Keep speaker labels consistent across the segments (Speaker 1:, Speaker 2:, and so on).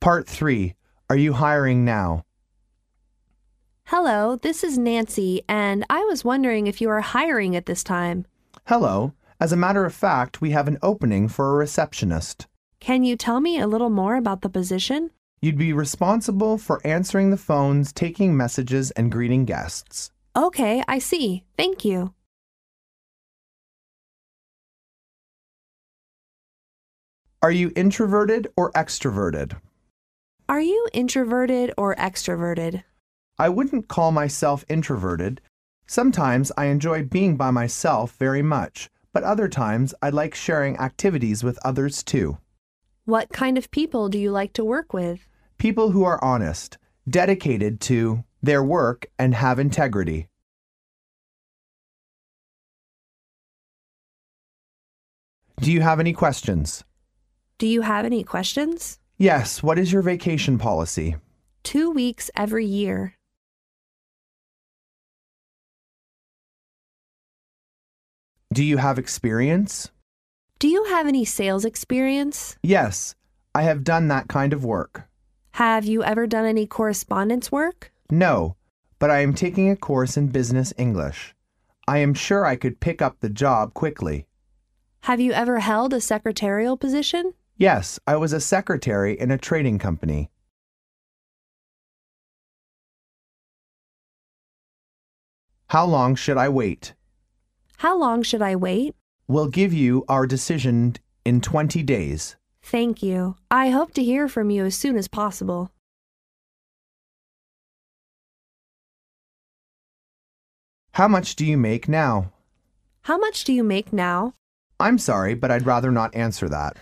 Speaker 1: Part 3 Are You Hiring Now?
Speaker 2: Hello, this is Nancy, and I was wondering if you are hiring at this time.
Speaker 1: Hello. As a matter of fact, we have an opening for a receptionist.
Speaker 2: Can you tell me a little more about the position?
Speaker 1: You'd be responsible for answering the phones, taking messages, and greeting guests.
Speaker 2: Okay, I see. Thank you.
Speaker 1: Are you introverted or extroverted?
Speaker 2: Are you introverted or extroverted?
Speaker 1: I wouldn't call myself introverted. Sometimes I enjoy being by myself very much, but other times I like sharing activities with others too.
Speaker 2: What kind of people do you like to work with?
Speaker 1: People who are honest, dedicated to their work, and have integrity. Do you have any questions?
Speaker 2: Do you have any questions?
Speaker 1: Yes, what is your vacation policy?
Speaker 2: Two weeks every year.
Speaker 1: Do you have experience?
Speaker 2: Do you have any sales experience?
Speaker 1: Yes, I have done that kind of work.
Speaker 2: Have you ever done any correspondence work?
Speaker 1: No, but I am taking a course in business English. I am sure I could pick up the job quickly.
Speaker 2: Have you ever held a secretarial position?
Speaker 1: Yes, I was a secretary in a trading company. How long should I wait?
Speaker 2: How long should I wait?
Speaker 1: We'll give you our decision in 20 days.
Speaker 2: Thank you. I hope to hear from you as soon as possible.
Speaker 1: How much do you make now?
Speaker 2: How much do you make now?
Speaker 1: I'm sorry, but I'd rather not answer that.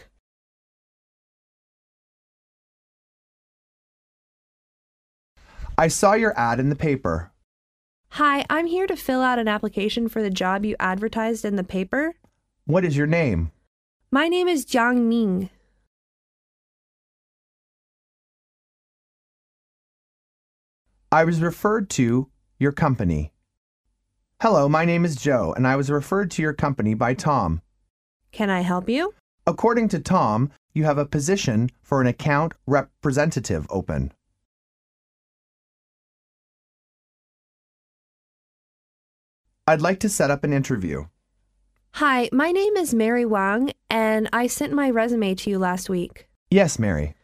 Speaker 1: I saw your ad in the paper.
Speaker 2: Hi, I'm here to fill out an application for the job you advertised in the paper.
Speaker 1: What is your name?
Speaker 2: My name is Jiang Ning.
Speaker 1: I was referred to your company. Hello, my name is Joe, and I was referred to your company by Tom.
Speaker 2: Can I help you?
Speaker 1: According to Tom, you have a position for an account representative open. I'd like to set up an interview.
Speaker 2: Hi, my name is Mary Wang, and I sent my resume to you last week.
Speaker 1: Yes, Mary.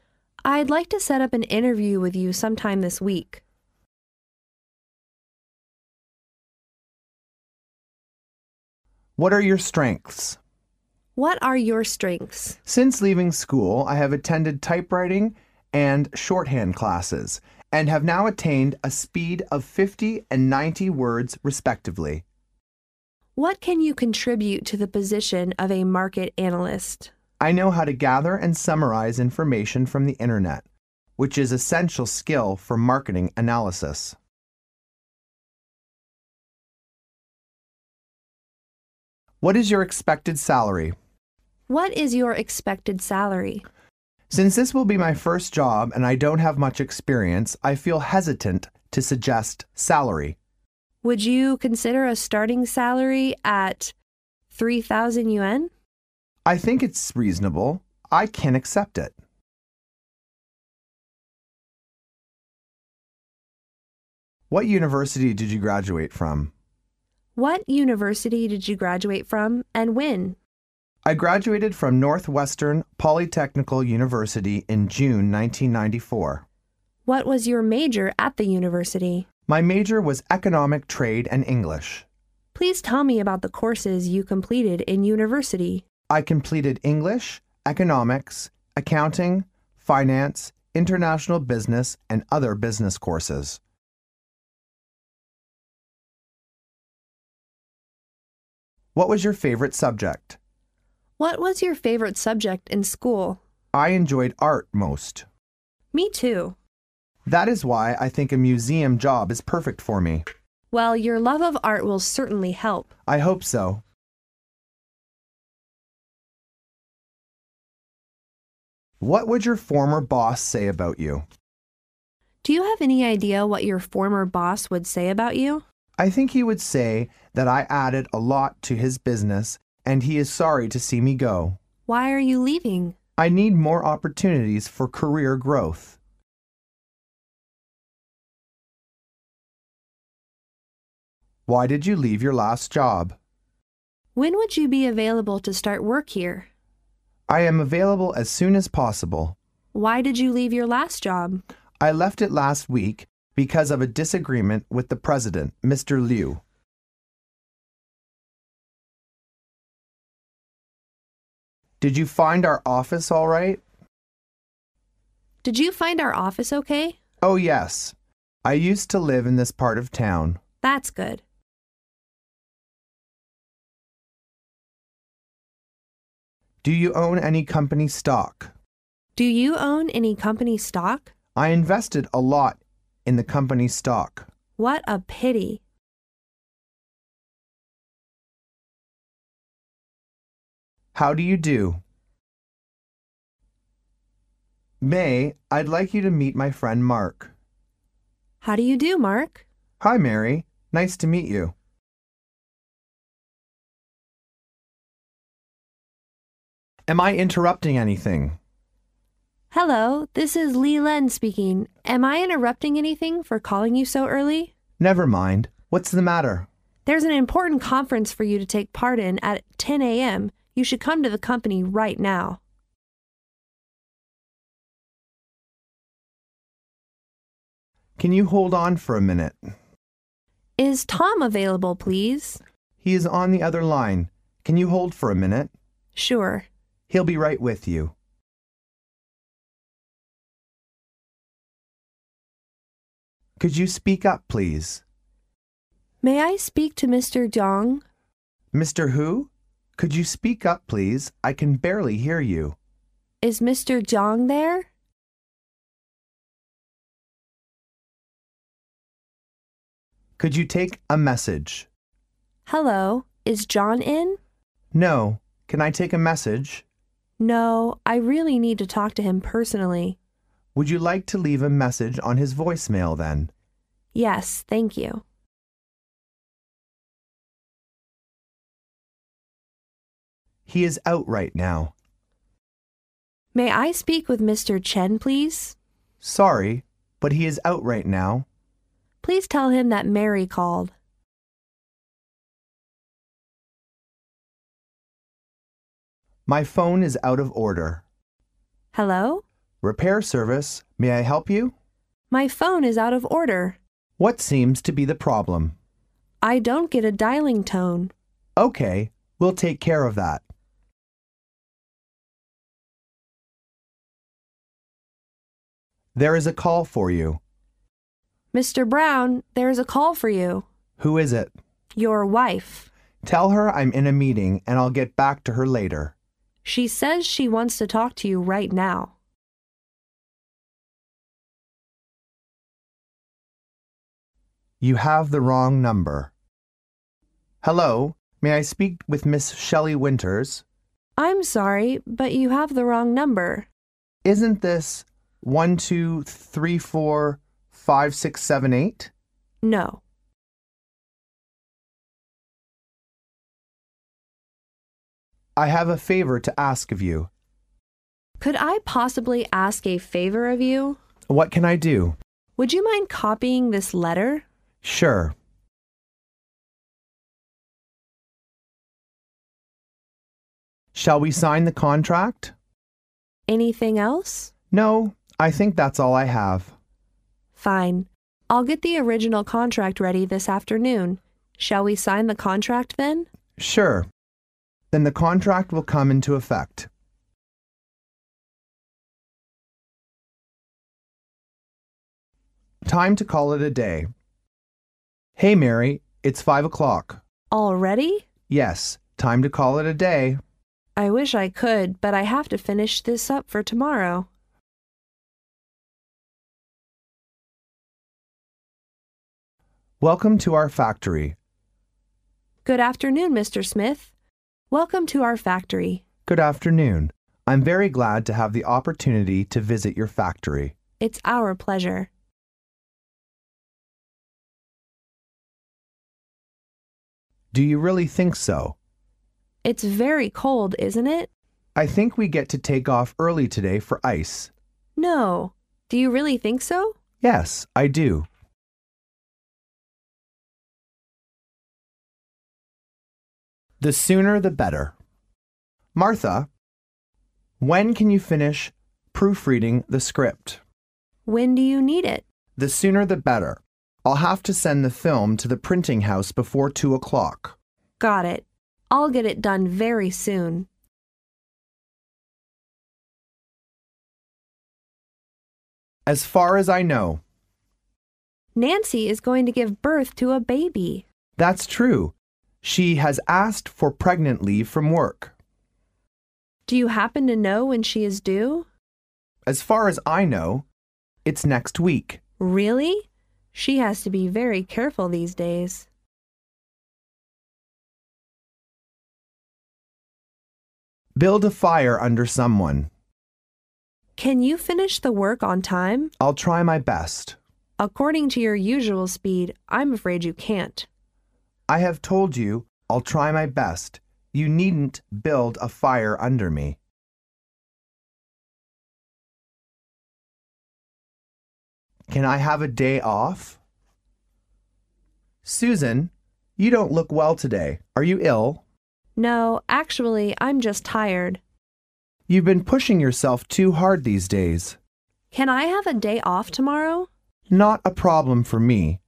Speaker 2: I'd like to set up an interview with you sometime this week.
Speaker 1: What are your strengths?
Speaker 2: What are your strengths?
Speaker 1: Since leaving school, I have attended typewriting and shorthand classes and have now attained a speed of 50 and 90 words, respectively.
Speaker 2: What can you contribute to the position of a market analyst?
Speaker 1: I know how to gather and summarize information from the internet, which is essential skill for marketing analysis. What is your expected salary?
Speaker 2: What is your expected salary?
Speaker 1: Since this will be my first job and I don't have much experience, I feel hesitant to suggest salary.
Speaker 2: Would you consider a starting salary at 3,000 yuan?
Speaker 1: I think it's reasonable. I can accept it. What university did you graduate from?
Speaker 2: What university did you graduate from and when?
Speaker 1: I graduated from Northwestern Polytechnical University in June 1994.
Speaker 2: What was your major at the university?
Speaker 1: My major was economic trade and English.
Speaker 2: Please tell me about the courses you completed in university.
Speaker 1: I completed English, economics, accounting, finance, international business, and other business courses. What was your favorite subject?
Speaker 2: What was your favorite subject in school?
Speaker 1: I enjoyed art most.
Speaker 2: Me too.
Speaker 1: That is why I think a museum job is perfect for me.
Speaker 2: Well, your love of art will certainly help.
Speaker 1: I hope so. What would your former boss say about you?
Speaker 2: Do you have any idea what your former boss would say about you?
Speaker 1: I think he would say that I added a lot to his business and he is sorry to see me go.
Speaker 2: Why are you leaving?
Speaker 1: I need more opportunities for career growth. Why did you leave your last job?
Speaker 2: When would you be available to start work here?
Speaker 1: I am available as soon as possible.
Speaker 2: Why did you leave your last job?
Speaker 1: I left it last week because of a disagreement with the president, Mr. Liu. Did you find our office all right?
Speaker 2: Did you find our office okay?
Speaker 1: Oh, yes. I used to live in this part of town.
Speaker 2: That's good.
Speaker 1: Do you own any company stock?
Speaker 2: Do you own any company stock?
Speaker 1: I invested a lot in the company stock.
Speaker 2: What a pity.
Speaker 1: How do you do? May, I'd like you to meet my friend Mark.
Speaker 2: How do you do, Mark?
Speaker 1: Hi, Mary. Nice to meet you. Am I interrupting anything?
Speaker 2: Hello, this is Lee Len speaking. Am I interrupting anything for calling you so early?
Speaker 1: Never mind. What's the matter?
Speaker 2: There's an important conference for you to take part in at 10 a.m. You should come to the company right now.
Speaker 1: Can you hold on for a minute?
Speaker 2: Is Tom available, please?
Speaker 1: He is on the other line. Can you hold for a minute?
Speaker 2: Sure.
Speaker 1: He'll be right with you. Could you speak up, please?
Speaker 2: May I speak to Mr. Dong?
Speaker 1: Mr. Who? Could you speak up, please? I can barely hear you.
Speaker 2: Is Mr. Dong there?
Speaker 1: Could you take a message?
Speaker 2: Hello, is John in?
Speaker 1: No. Can I take a message?
Speaker 2: No, I really need to talk to him personally.
Speaker 1: Would you like to leave a message on his voicemail then?
Speaker 2: Yes, thank you.
Speaker 1: He is out right now.
Speaker 2: May I speak with Mr. Chen, please?
Speaker 1: Sorry, but he is out right now.
Speaker 2: Please tell him that Mary called.
Speaker 1: My phone is out of order.
Speaker 2: Hello?
Speaker 1: Repair service, may I help you?
Speaker 2: My phone is out of order.
Speaker 1: What seems to be the problem?
Speaker 2: I don't get a dialing tone.
Speaker 1: Okay, we'll take care of that. There is a call for you.
Speaker 2: Mr. Brown, there is a call for you.
Speaker 1: Who is it?
Speaker 2: Your wife.
Speaker 1: Tell her I'm in a meeting and I'll get back to her later.
Speaker 2: She says she wants to talk to you right now.
Speaker 1: You have the wrong number. Hello, may I speak with Miss Shelley Winters?
Speaker 2: I'm sorry, but you have the wrong number.
Speaker 1: Isn't this one two three four five six seven eight?
Speaker 2: No.
Speaker 1: I have a favor to ask of you.
Speaker 2: Could I possibly ask a favor of you?
Speaker 1: What can I do?
Speaker 2: Would you mind copying this letter?
Speaker 1: Sure. Shall we sign the contract?
Speaker 2: Anything else?
Speaker 1: No, I think that's all I have.
Speaker 2: Fine. I'll get the original contract ready this afternoon. Shall we sign the contract then?
Speaker 1: Sure. Then the contract will come into effect. Time to call it a day. Hey, Mary, it's five o'clock.
Speaker 2: Already?
Speaker 1: Yes, time to call it a day.
Speaker 2: I wish I could, but I have to finish this up for tomorrow.
Speaker 1: Welcome to our factory.
Speaker 2: Good afternoon, Mr. Smith. Welcome to our factory.
Speaker 1: Good afternoon. I'm very glad to have the opportunity to visit your factory.
Speaker 2: It's our pleasure.
Speaker 1: Do you really think so?
Speaker 2: It's very cold, isn't it?
Speaker 1: I think we get to take off early today for ice.
Speaker 2: No. Do you really think so?
Speaker 1: Yes, I do. The sooner the better. Martha, when can you finish proofreading the script?
Speaker 2: When do you need it?
Speaker 1: The sooner the better. I'll have to send the film to the printing house before 2 o'clock.
Speaker 2: Got it. I'll get it done very soon.
Speaker 1: As far as I know,
Speaker 2: Nancy is going to give birth to a baby.
Speaker 1: that's true. She has asked for pregnant leave from work.
Speaker 2: Do you happen to know when she is due?
Speaker 1: As far as I know, it's next week.
Speaker 2: Really? She has to be very careful these days.
Speaker 1: Build a fire under someone.
Speaker 2: Can you finish the work on time?
Speaker 1: I'll try my best.
Speaker 2: According to your usual speed, I'm afraid you can't.
Speaker 1: I have told you I'll try my best. You needn't build a fire under me. Can I have a day off? Susan, you don't look well today. Are you ill?
Speaker 2: No, actually, I'm just tired.
Speaker 1: You've been pushing yourself too hard these days.
Speaker 2: Can I have a day off tomorrow?
Speaker 1: Not a problem for me,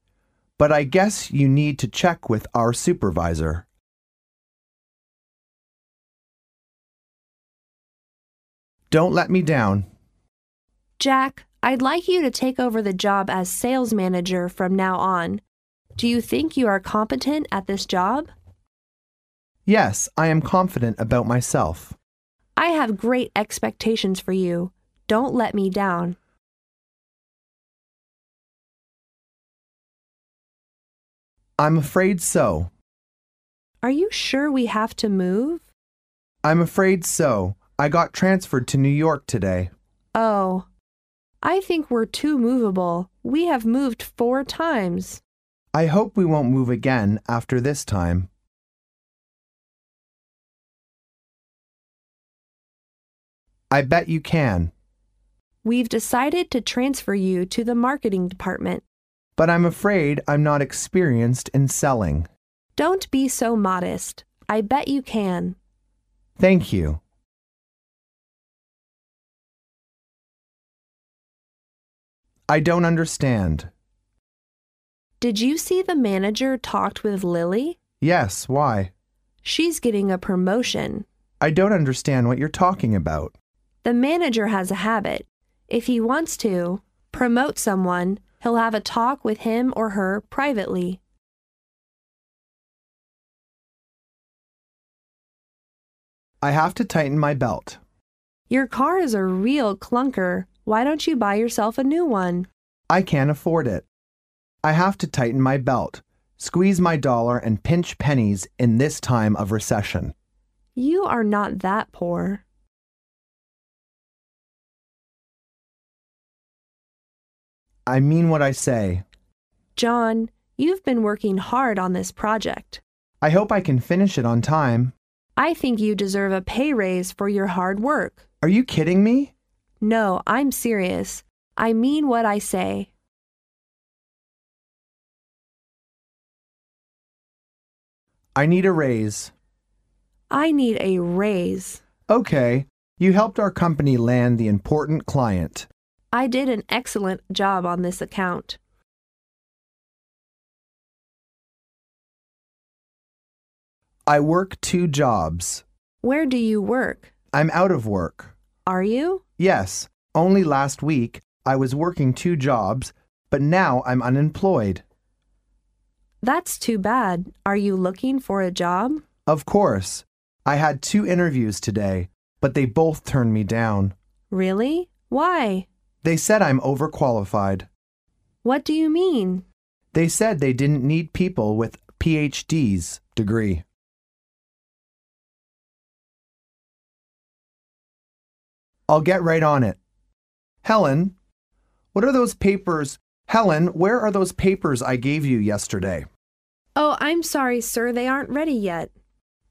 Speaker 1: but I guess you need to check with our supervisor. Don't let me down.
Speaker 2: Jack, I'd like you to take over the job as sales manager from now on. Do you think you are competent at this job?
Speaker 1: Yes, I am confident about myself.
Speaker 2: I have great expectations for you. Don't let me down.
Speaker 1: I'm afraid so.
Speaker 2: Are you sure we have to move?
Speaker 1: I'm afraid so. I got transferred to New York today.
Speaker 2: Oh, I think we're too movable. We have moved four times.
Speaker 1: I hope we won't move again after this time. I bet you can,
Speaker 2: We've decided to transfer you to the marketing department.
Speaker 1: but I'm afraid I'm not experienced in selling.
Speaker 2: Don't be so modest. I bet you can.
Speaker 1: Thank you. I don't understand.
Speaker 2: Did you see the manager talked with Lily?
Speaker 1: Yes, why?
Speaker 2: She's getting a promotion.
Speaker 1: I don't understand what you're talking about.
Speaker 2: The manager has a habit. If he wants to promote someone, he'll have a talk with him or her privately.
Speaker 1: I have to tighten my belt.
Speaker 2: Your car is a real clunker. Why don't you buy yourself a new one?
Speaker 1: I can't afford it. I have to tighten my belt, squeeze my dollar, and pinch pennies in this time of recession.
Speaker 2: You are not that poor.
Speaker 1: I mean what I say.
Speaker 2: John, you've been working hard on this project.
Speaker 1: I hope I can finish it on time.
Speaker 2: I think you deserve a pay raise for your hard work.
Speaker 1: Are you kidding me?
Speaker 2: No, I'm serious. I mean what I say.
Speaker 1: I need a raise.
Speaker 2: I need a raise.
Speaker 1: Okay, you helped our company land the important client.
Speaker 2: I did an excellent job on this account.
Speaker 1: I work two jobs.
Speaker 2: Where do you work?
Speaker 1: I'm out of work.
Speaker 2: Are you?
Speaker 1: Yes, only last week I was working two jobs, but now I'm unemployed.
Speaker 2: That's too bad. Are you looking for a job?
Speaker 1: Of course, I had two interviews today, but they both turned me down.
Speaker 2: Really? Why?
Speaker 1: They said I'm overqualified.
Speaker 2: What do you mean?
Speaker 1: They said they didn't need people with PhDs degree. I'll get right on it. Helen, what are those papers? Helen, where are those papers I gave you yesterday?
Speaker 2: Oh, I'm sorry, sir. They aren't ready yet.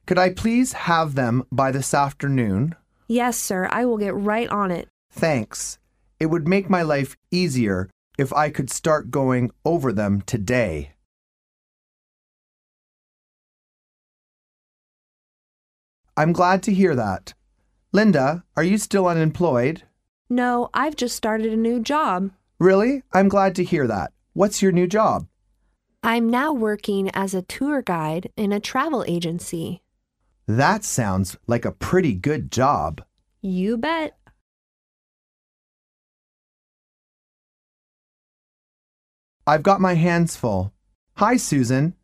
Speaker 1: Could I please have them by this afternoon?
Speaker 2: Yes, sir, I will get right on it.
Speaker 1: Thanks. It would make my life easier if I could start going over them today. I'm glad to hear that. Linda, are you still unemployed?
Speaker 2: No, I've just started a new job.
Speaker 1: Really? I'm glad to hear that. What's your new job?
Speaker 2: I'm now working as a tour guide in a travel agency.
Speaker 1: That sounds like a pretty good job.
Speaker 2: You bet.
Speaker 1: I've got my hands full. Hi, Susan.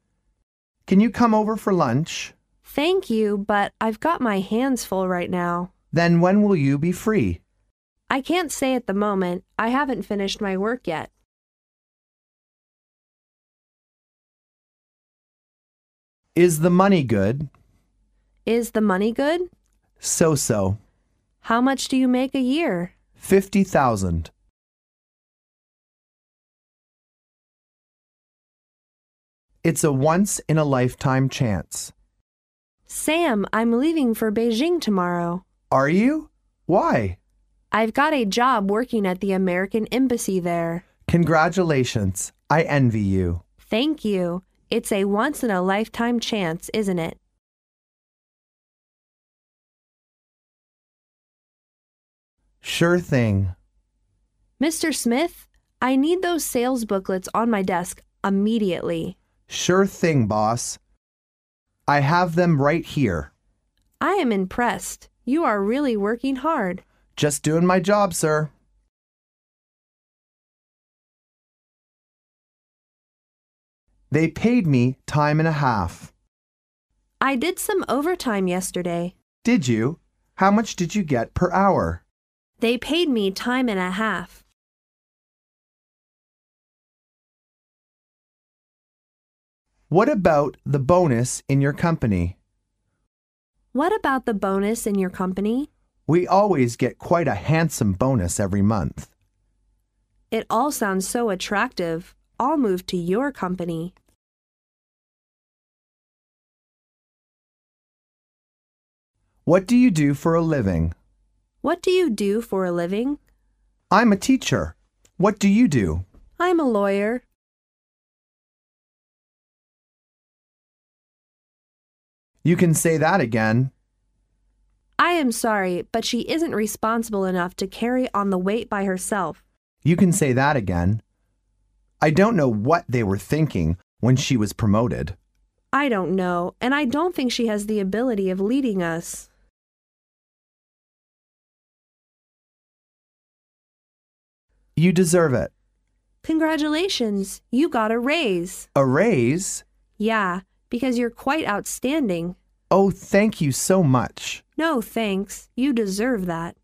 Speaker 1: Can you come over for lunch?
Speaker 2: Thank you, but I've got my hands full right now.
Speaker 1: Then when will you be free?
Speaker 2: I can't say at the moment. I haven't finished my work yet.
Speaker 1: Is the money good?
Speaker 2: Is the money good?
Speaker 1: So so.
Speaker 2: How much do you make a year?
Speaker 1: 50,000. It's a once in a lifetime chance.
Speaker 2: Sam, I'm leaving for Beijing tomorrow.
Speaker 1: Are you? Why?
Speaker 2: I've got a job working at the American Embassy there.
Speaker 1: Congratulations. I envy you.
Speaker 2: Thank you. It's a once in a lifetime chance, isn't it?
Speaker 1: Sure thing.
Speaker 2: Mr. Smith, I need those sales booklets on my desk immediately.
Speaker 1: Sure thing, boss. I have them right here.
Speaker 2: I am impressed. You are really working hard.
Speaker 1: Just doing my job, sir. They paid me time and a half.
Speaker 2: I did some overtime yesterday.
Speaker 1: Did you? How much did you get per hour?
Speaker 2: They paid me time and a half.
Speaker 1: What about the bonus in your company?
Speaker 2: What about the bonus in your company?
Speaker 1: We always get quite a handsome bonus every month.
Speaker 2: It all sounds so attractive. I'll move to your company.
Speaker 1: What do you do for a living?
Speaker 2: What do you do for a living?
Speaker 1: I'm a teacher. What do you do?
Speaker 2: I'm a lawyer.
Speaker 1: You can say that again.
Speaker 2: I am sorry, but she isn't responsible enough to carry on the weight by herself.
Speaker 1: You can say that again. I don't know what they were thinking when she was promoted.
Speaker 2: I don't know, and I don't think she has the ability of leading us.
Speaker 1: You deserve it.
Speaker 2: Congratulations, you got a raise.
Speaker 1: A raise?
Speaker 2: Yeah, because you're quite outstanding.
Speaker 1: Oh, thank you so much.
Speaker 2: No thanks, you deserve that.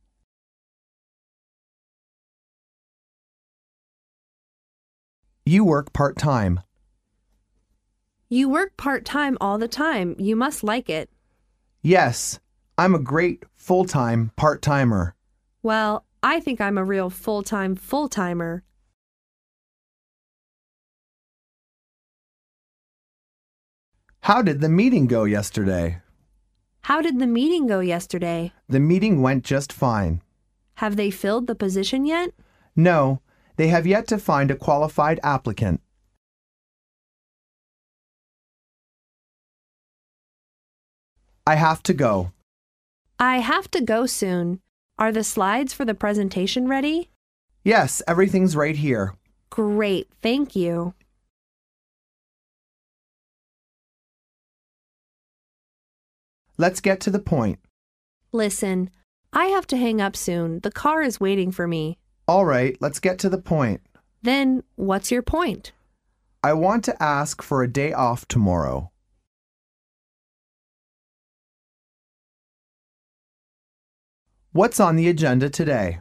Speaker 1: You work part time.
Speaker 2: You work part time all the time. You must like it.
Speaker 1: Yes, I'm a great full time part timer.
Speaker 2: Well, I think I'm a real full time full timer.
Speaker 1: How did the meeting go yesterday?
Speaker 2: How did the meeting go yesterday?
Speaker 1: The meeting went just fine.
Speaker 2: Have they filled the position yet?
Speaker 1: No, they have yet to find a qualified applicant. I have to go.
Speaker 2: I have to go soon. Are the slides for the presentation ready?
Speaker 1: Yes, everything's right here.
Speaker 2: Great, thank you.
Speaker 1: Let's get to the point.
Speaker 2: Listen, I have to hang up soon. The car is waiting for me.
Speaker 1: All right, let's get to the point.
Speaker 2: Then, what's your point?
Speaker 1: I want to ask for a day off tomorrow. What's on the agenda today?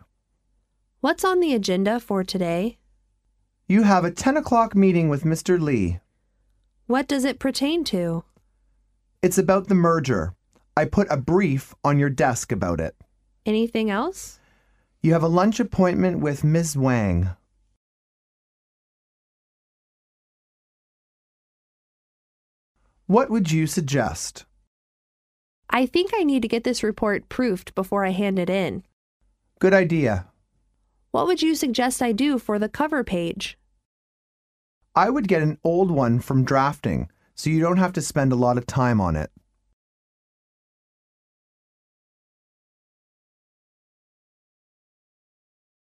Speaker 2: What's on the agenda for today?
Speaker 1: You have a 10 o'clock meeting with Mr. Lee.
Speaker 2: What does it pertain to?
Speaker 1: It's about the merger. I put a brief on your desk about it.
Speaker 2: Anything else?
Speaker 1: You have a lunch appointment with Ms. Wang. What would you suggest?
Speaker 2: I think I need to get this report proofed before I hand it in.
Speaker 1: Good idea.
Speaker 2: What would you suggest I do for the cover page?
Speaker 1: I would get an old one from drafting so you don't have to spend a lot of time on it.